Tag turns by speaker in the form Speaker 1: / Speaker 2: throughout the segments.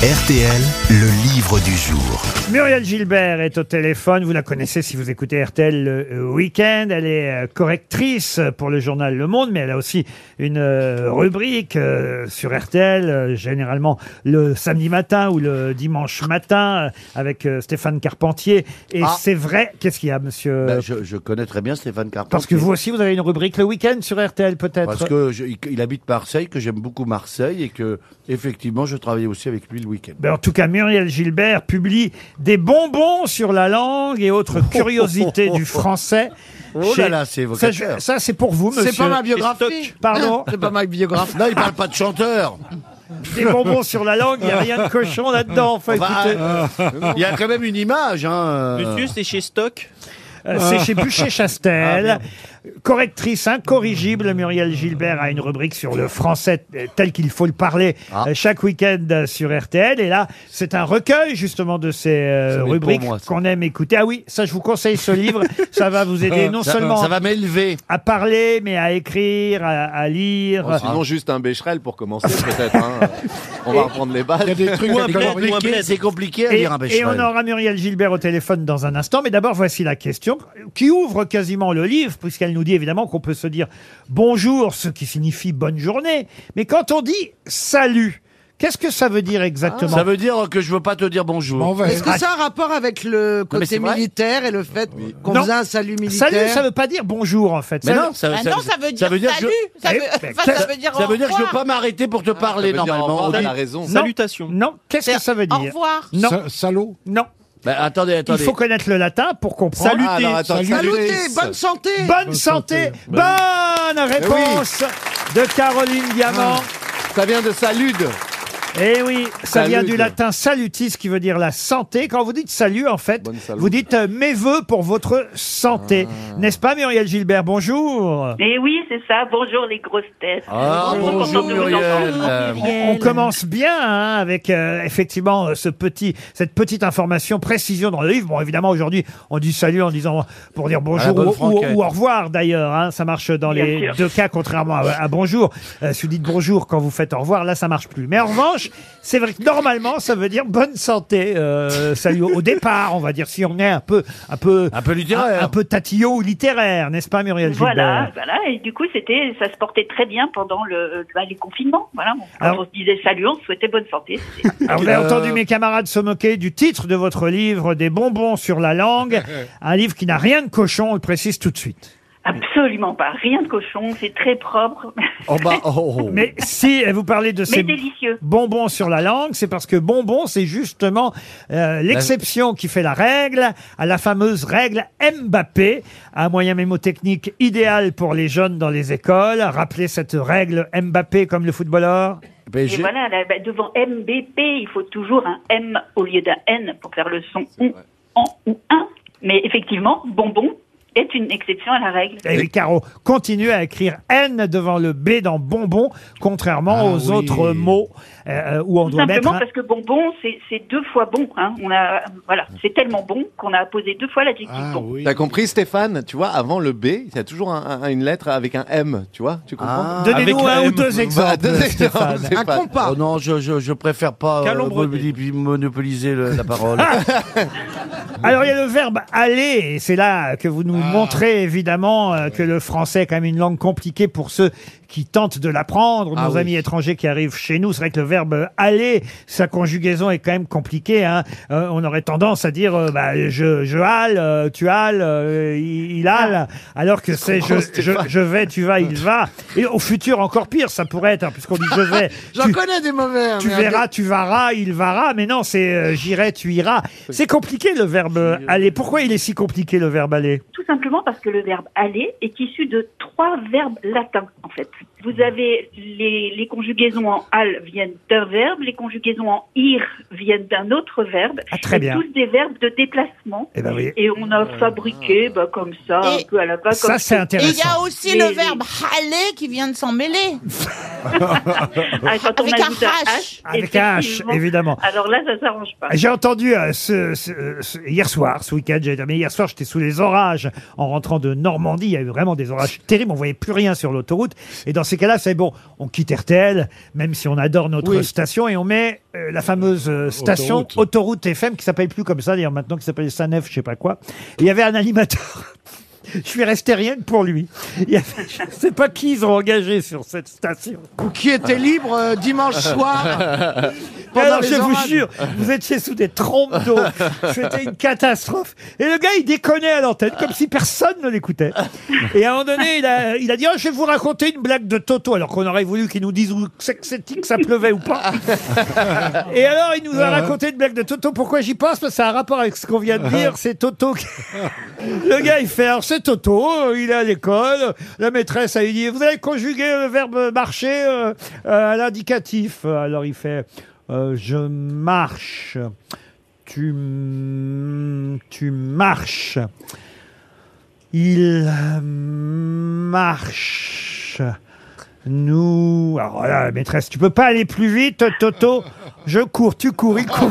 Speaker 1: RTL, le livre du jour.
Speaker 2: Muriel Gilbert est au téléphone. Vous la connaissez si vous écoutez RTL le euh, week-end. Elle est euh, correctrice pour le journal Le Monde, mais elle a aussi une euh, rubrique euh, sur RTL, euh, généralement le samedi matin ou le dimanche matin, euh, avec euh, Stéphane Carpentier. Et
Speaker 3: Ah.
Speaker 2: c'est vrai. Qu'est-ce qu'il y a, monsieur
Speaker 3: Ben, je, je connais très bien Stéphane Carpentier.
Speaker 2: Euh, Parce que vous aussi, vous avez une rubrique le week-end sur RTL,
Speaker 3: Parce
Speaker 2: peut-être.
Speaker 3: que je- il, il habite Marseille, que j'aime beaucoup Marseille et que effectivement je travaillais aussi avec lui le week-end.
Speaker 2: Ben, en tout cas, Muriel Gilbert publie des bonbons sur la langue et autres curiosités du français.
Speaker 3: Oh
Speaker 2: Chez-
Speaker 3: là là, c'est
Speaker 2: Ça, je-
Speaker 3: vocateur.
Speaker 2: ça, c'est pour vous, monsieur.
Speaker 3: C'est pas ma biographie.
Speaker 2: Pardon
Speaker 3: C'est pas ma biographie. Non, il parle pas de chanteur.
Speaker 2: Des bonbons sur la langue, il n'y a rien de cochon là-dedans. Enfin,
Speaker 3: Enfin,
Speaker 2: Bah, écoutez,
Speaker 3: Bah, euh, il y a quand même une image. Hein. euh.
Speaker 4: Monsieur, c'est chez Stock
Speaker 2: euh, c'est chez
Speaker 3: ah,
Speaker 2: Bûcher-Chastel. Correctrice incorrigible, Muriel Gilbert a une rubrique sur le français euh, tel qu'il faut le parler
Speaker 3: Ah.
Speaker 2: euh, chaque week-end euh, sur RTL. Et là, c'est un recueil justement de ces euh,
Speaker 3: Ça m'est pour
Speaker 2: rubriques
Speaker 3: moi, ça.
Speaker 2: qu'on aime écouter. Ah oui, ça, je vous conseille ce livre. ça va vous aider non
Speaker 3: ça,
Speaker 2: seulement
Speaker 3: ça va m'élever.
Speaker 2: à parler, mais à écrire, à, à lire.
Speaker 5: Oh,
Speaker 3: Ah.
Speaker 5: sinon, juste un Becherel pour commencer, peut-être. hein. On va reprendre les bases.
Speaker 4: Ou un
Speaker 3: C'est
Speaker 4: bled, ou un
Speaker 3: compliqué,
Speaker 4: bled.
Speaker 3: c'est compliqué à
Speaker 2: Et,
Speaker 3: lire un
Speaker 2: et on
Speaker 3: Becherel.
Speaker 2: aura Muriel Gilbert au téléphone dans un instant. Mais d'abord, voici la question qui ouvre quasiment le livre, puisqu'elle nous dit évidemment qu'on peut se dire bonjour, ce qui signifie bonne journée. Mais quand on dit salut, qu'est-ce que ça veut dire exactement
Speaker 3: Ah, Ça veut dire que je veux pas te dire bonjour.
Speaker 6: Est-ce que ça a un rapport avec le
Speaker 3: mais
Speaker 6: côté
Speaker 3: c'est vrai.
Speaker 6: militaire et le fait qu'on
Speaker 2: Non.
Speaker 6: faisait un salut militaire
Speaker 2: Salut, ça veut pas dire bonjour en fait.
Speaker 3: Mais
Speaker 2: Salut-
Speaker 3: non, Euh, ça,
Speaker 7: Ah non, ça veut dire
Speaker 3: que je-
Speaker 7: salut. Ça
Speaker 2: Eh,
Speaker 7: veut,
Speaker 2: mais
Speaker 7: enfin,
Speaker 2: qu'est-ce-
Speaker 7: ça veut dire
Speaker 3: ça
Speaker 7: au
Speaker 3: veut dire que je veux
Speaker 7: revoir.
Speaker 3: pas m'arrêter pour
Speaker 5: Ah,
Speaker 3: te parler normalement.
Speaker 5: normalement,
Speaker 3: On
Speaker 5: on
Speaker 3: dit-
Speaker 5: a raison.
Speaker 2: Non.
Speaker 4: Salutation.
Speaker 2: Non, qu'est-ce que ça veut
Speaker 7: Au
Speaker 2: dire
Speaker 7: revoir.
Speaker 2: Non,
Speaker 8: Salaud.
Speaker 2: non.
Speaker 3: Bah, attendez,
Speaker 2: Il
Speaker 3: attendez.
Speaker 2: faut connaître le latin pour comprendre.
Speaker 5: Ah, non, attends,
Speaker 6: Saluté,
Speaker 5: saluté.
Speaker 6: bonne santé
Speaker 2: Bonne santé,
Speaker 3: Bah
Speaker 2: bonne réponse de Caroline Diamant.
Speaker 5: Ça vient de Salude.
Speaker 2: Eh oui, ça
Speaker 5: Salut.
Speaker 2: vient du latin salutis qui veut dire la santé. Quand vous dites salut, en fait,
Speaker 5: Bonne salute. Ah.
Speaker 2: vous dites euh, mes voeux pour votre santé. N'est-ce pas, Muriel Gilbert Bonjour.
Speaker 9: Eh oui, c'est ça. Bonjour les grosses têtes.
Speaker 3: Ah,
Speaker 9: Bonjour,
Speaker 3: bonjour
Speaker 9: content de vous entendre.
Speaker 3: Muriel. Euh,
Speaker 2: On commence bien hein, avec euh, effectivement euh, ce petit, cette petite information, précision dans le livre. Bon, évidemment, aujourd'hui, on dit salut en disant pour dire bonjour
Speaker 3: bonne
Speaker 2: ou- ou,
Speaker 3: franquette.
Speaker 2: ou au revoir d'ailleurs. hein. ça marche dans
Speaker 9: Bien
Speaker 2: les
Speaker 9: sûr.
Speaker 2: deux cas, contrairement à, à bonjour. Euh, si vous dites bonjour quand vous faites au revoir, là, ça marche plus. Mais en revanche, c'est vrai que normalement, ça veut dire bonne santé. euh, salut au départ, on va dire si on est un peu, un peu,
Speaker 3: Un peu
Speaker 2: un,
Speaker 3: littéraire.
Speaker 2: Ah, un peu tatillot ou littéraire, n'est-ce pas, Muriel
Speaker 9: Voilà,
Speaker 2: Gilbert
Speaker 9: voilà. Et du coup, c'était, ça se portait très bien pendant le, bah, les confinements. Voilà. Quand
Speaker 2: Alors-
Speaker 9: on se disait salut, on se souhaitait bonne santé.
Speaker 2: Alors, Ah, vous avez entendu mes camarades se moquer du titre de votre livre, Des bonbons sur la langue. un livre qui n'a rien de cochon, on le précise tout de suite.
Speaker 9: Absolument pas. Rien de cochon. C'est très propre,
Speaker 3: Oh bah, oh, oh.
Speaker 2: Mais si euh, vous parlez de
Speaker 9: mais
Speaker 2: ces
Speaker 9: délicieux.
Speaker 2: bonbons sur la langue, c'est parce que bonbon, c'est justement euh, l'exception qui fait la règle, à la fameuse règle Mbappé, un moyen mémotechnique idéal pour les jeunes dans les écoles. Rappelez cette règle Mbappé comme le footballeur.
Speaker 9: Et
Speaker 3: PSG.
Speaker 9: voilà, là, bah, devant MBP, il faut toujours un M au lieu d'un N pour faire le son ou, en ou un. Mais effectivement, bonbon est une exception à la règle.
Speaker 2: Et oui, Caro continue à écrire N devant le B dans bonbon,
Speaker 4: Ah
Speaker 2: contrairement aux autres mots euh, où on
Speaker 9: Tout
Speaker 2: doit mettre.
Speaker 9: simplement
Speaker 2: un-
Speaker 9: parce que bonbon, c'est c'est deux fois bon. Hein. On a, voilà, c'est tellement bon qu'on a posé deux fois l'adjectif
Speaker 2: Ah
Speaker 9: bon.
Speaker 5: T'as compris, Stéphane Tu vois, avant le B, il y a toujours un- un- une lettre avec un M. Tu vois Tu comprends
Speaker 3: Ah.
Speaker 2: Donnez-nous
Speaker 4: Avec
Speaker 2: un
Speaker 4: la
Speaker 2: ou
Speaker 4: M.
Speaker 2: deux exemples.
Speaker 5: deux exemples,
Speaker 2: Stéphane.
Speaker 5: c'est
Speaker 6: Un
Speaker 5: pas-
Speaker 6: compas
Speaker 3: Oh non, je, je, je préfère pas euh,
Speaker 4: Calembreté.
Speaker 3: monopoli- monopoliser le- la parole.
Speaker 2: Alors il y a le verbe aller, et c'est là que vous nous montrez évidemment euh, que le français est quand même une langue compliquée pour ceux qui tentent de l'apprendre, nos amis étrangers qui arrivent chez nous. C'est vrai que le verbe aller, sa conjugaison est quand même compliquée. hein. Euh, on aurait tendance à dire euh, bah, je, je hale, euh, tu hales, euh, il, il hale, alors que c'est je, je, je vais, tu vas, il va. Et au futur encore pire, ça pourrait être, hein, puisqu'on dit je vais.
Speaker 6: J'en
Speaker 2: tu-
Speaker 6: connais des mauvais. hein,
Speaker 2: tu
Speaker 6: mais un
Speaker 2: verras, tu verras, il verra, mais non, c'est euh, j'irai, tu iras. C'est compliqué le
Speaker 6: euh,
Speaker 2: verbe aller. Pourquoi il est si compliqué le verbe aller
Speaker 9: Tout simplement parce que le verbe aller est issu de trois verbes latins, en fait. Vous avez les, les conjugaisons en al viennent d'un verbe, les conjugaisons en ir viennent d'un autre verbe.
Speaker 2: Ah, très
Speaker 9: Et
Speaker 2: bien.
Speaker 9: Tous des verbes de déplacement.
Speaker 2: Eh ben oui.
Speaker 9: Et on a fabriqué bah, comme ça,
Speaker 7: Et
Speaker 9: un peu à la va.
Speaker 2: Ça,
Speaker 9: comme
Speaker 2: c'est
Speaker 7: Et il y
Speaker 2: intéressant.
Speaker 7: a aussi
Speaker 9: Mais-
Speaker 7: le verbe haler qui vient de s'en mêler.
Speaker 9: Ah, quand on
Speaker 7: avec un
Speaker 9: ajoute un
Speaker 7: H.
Speaker 9: H.
Speaker 2: Avec un H,
Speaker 9: effectivement.
Speaker 2: évidemment.
Speaker 9: Alors là, ça s'arrange pas.
Speaker 2: J'ai entendu euh, ce, ce- ce- hier soir, ce week-end, j'allais dire, mais hier soir, j'étais sous les orages en rentrant de Normandie. Il y a eu vraiment des orages terribles. On voyait plus rien sur l'autoroute. Et dans ces cas-là, c'est bon, on quitte RTL, même si on adore notre
Speaker 5: Oui.
Speaker 2: station, et on met euh, la fameuse euh, station autoroute.
Speaker 4: Autoroute.
Speaker 2: FM, qui s'appelle plus comme ça, d'ailleurs maintenant, qui s'appelle Sanef, je sais pas quoi. Et il y avait un animateur. Je suis resté rien que pour lui. Il y avait- je ne sais pas qui ils ont engagé sur cette station.
Speaker 6: Ou qui était libre euh, dimanche soir pendant
Speaker 2: Alors,
Speaker 6: les
Speaker 2: je vous
Speaker 6: orages.
Speaker 2: jure, vous étiez sous des trompes d'eau. C'était une catastrophe. Et le gars, il déconnait à l'antenne, comme si personne ne l'écoutait. Et à un moment donné, il a, il a dit Oh, Je vais vous raconter une blague de Toto, alors qu'on aurait voulu qu'il nous dise où c'est que c'était, que ça pleuvait ou pas. Et alors, il nous a raconté une blague de Toto. Pourquoi j'y pense Parce que ça a un rapport avec ce qu'on vient de dire. C'est Toto qui. Le gars, il fait, alors c'est Toto, euh, il est à l'école, la maîtresse a dit, vous allez conjuguer le verbe marcher euh, euh, à l'indicatif. Alors il fait, euh, je marche, tu, m- tu marches, il marche, nous... Alors là, la maîtresse, tu peux pas aller plus vite, Toto, je cours, tu cours, il court.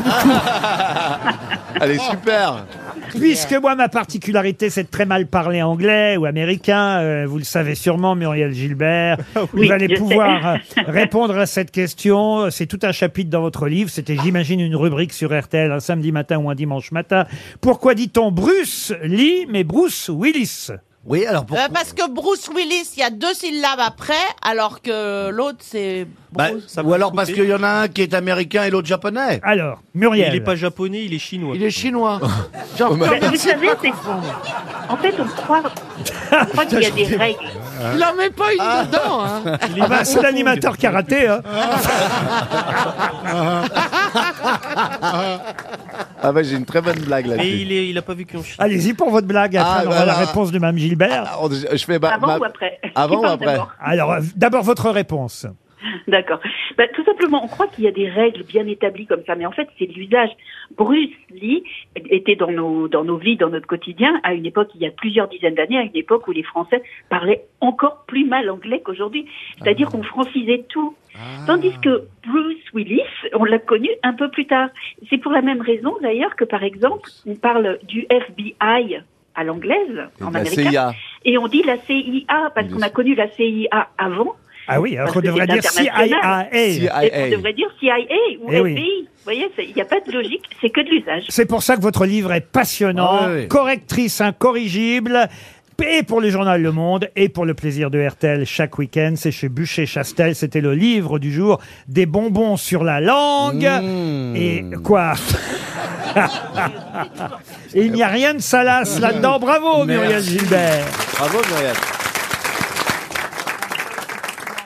Speaker 5: Elle est super.
Speaker 2: Puisque moi, ma particularité, c'est de très mal parler anglais ou américain, euh, vous le savez sûrement, Muriel Gilbert,
Speaker 9: Oui,
Speaker 2: vous allez
Speaker 9: je
Speaker 2: pouvoir euh, répondre à cette question. C'est tout un chapitre dans votre livre. C'était, j'imagine, une rubrique sur RTL un samedi matin ou un dimanche matin. Pourquoi dit-on Bruce Lee, mais Bruce Willis
Speaker 3: Oui, alors pour...
Speaker 7: Euh, parce que Bruce Willis, il y a deux syllabes après, alors que l'autre, c'est...
Speaker 3: Bah,
Speaker 7: Bruce.
Speaker 3: ou alors parce qu'il y en a un qui est américain et l'autre japonais.
Speaker 2: Alors, Muriel.
Speaker 8: Il n'est pas japonais, il est chinois.
Speaker 6: Il est chinois. Genre,
Speaker 9: Mais Bah, vous savez, c'est En fait, on croit, on croit qu'il y a des règles.
Speaker 6: il en met pas une dedans. hein.
Speaker 8: Il est
Speaker 2: Ah bah, c'est l'animateur qui a raté. hein.
Speaker 5: Ah bah j'ai une très bonne blague
Speaker 8: Mais
Speaker 5: là-dessus.
Speaker 8: il est, il a pas vécu en Chine.
Speaker 2: Allez-y pour votre blague. Après,
Speaker 5: Ah,
Speaker 2: on aura
Speaker 5: bah,
Speaker 2: la
Speaker 5: bah.
Speaker 2: réponse de Mme Gilbert.
Speaker 5: Alors, Ah, je je
Speaker 3: Bah,
Speaker 5: fais
Speaker 9: Avant
Speaker 5: ma- ma-
Speaker 9: ou après
Speaker 5: Avant
Speaker 9: Qui
Speaker 5: ou
Speaker 9: parle
Speaker 5: après
Speaker 8: Ah.
Speaker 9: d'abord
Speaker 2: Alors, euh, d'abord votre réponse.
Speaker 9: D'accord. Bah, tout simplement, on croit qu'il y a des règles bien établies comme ça, mais en fait, c'est de l'usage. Bruce Lee était dans nos, dans nos vies, dans notre quotidien, à une époque, il y a plusieurs dizaines d'années, à une époque où les Français parlaient encore plus mal anglais qu'aujourd'hui.
Speaker 5: Ah.
Speaker 9: C'est-à-dire qu'on francisait tout.
Speaker 3: Ah.
Speaker 9: Tandis que Bruce Willis, on l'a connu un peu plus tard. C'est pour la même raison, d'ailleurs, que par exemple, on parle du FBI à l'anglaise,
Speaker 3: Eh
Speaker 5: Et
Speaker 3: ben,
Speaker 9: en
Speaker 5: de La
Speaker 9: américain,
Speaker 5: CIA.
Speaker 9: et on dit la CIA, parce
Speaker 5: Bien
Speaker 9: qu'on a connu la CIA avant,
Speaker 2: Ah oui, alors
Speaker 9: Parce
Speaker 2: qu'on
Speaker 9: que
Speaker 2: devrait
Speaker 9: c'est
Speaker 2: dire CIA.
Speaker 9: international. Et on
Speaker 5: CIA.
Speaker 9: devrait dire CIA ou
Speaker 2: Eh oui.
Speaker 9: FBI. Vous voyez, c'est- il n'y a pas de logique, c'est que de l'usage.
Speaker 2: C'est pour ça que votre livre est passionnant,
Speaker 3: Ah oui, oui.
Speaker 2: correctrice incorrigible. Et pour le journal Le Monde et pour le plaisir de RTL chaque week-end, c'est chez Bûcher Chastel. C'était le livre du jour des bonbons sur la langue.
Speaker 3: Mmh.
Speaker 2: Et quoi Il n'y a rien de salace là-dedans. Bravo Muriel Gilbert.
Speaker 5: Bravo Muriel.